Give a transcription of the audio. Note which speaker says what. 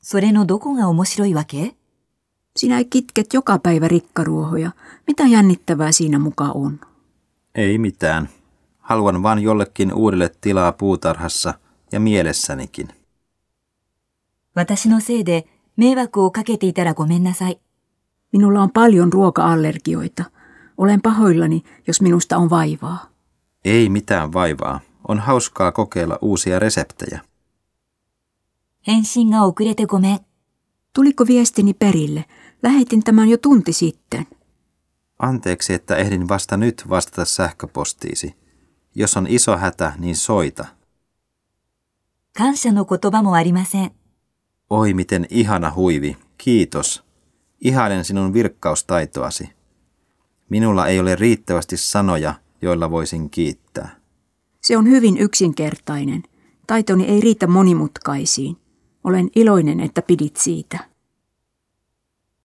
Speaker 1: それのどこが面白いわけ
Speaker 2: Sinä kitket joka päivä rikkaruohoja. Mitä jännittävää siinä muka on?
Speaker 3: Ei mitään. Haluan vain jollekin uudelle tilaa puutarhassa ja mielessänikin.
Speaker 1: 私のせいで迷惑をかけていたらごめんなさい。
Speaker 2: Minulla on paljon ruoka-allergioita. Olen pahoillani, jos minusta on vaivaa.
Speaker 3: Ei mitään vaivaa. On hauskaa kokeilla uusia reseptejä.
Speaker 1: 返信が遅れてごめん。
Speaker 2: Tuliko viestini perille? Lähetin tämän jo tunti sitten.
Speaker 3: Anteeksi, että ehdin vasta nyt vastata sähköpostiisi. Jos on iso hätä, niin soita.
Speaker 1: 感謝の言葉もありません。
Speaker 3: Oi miten ihana huivi, kiitos. Ihailen sinun virkkaustaitoasi. Minulla ei ole riittävästi sanoja, joilla voisin kiittää.
Speaker 2: Se on hyvin yksinkertainen. Taitoni ei riitä monimutkaisiin. Olen iloinen, että pidit siitä.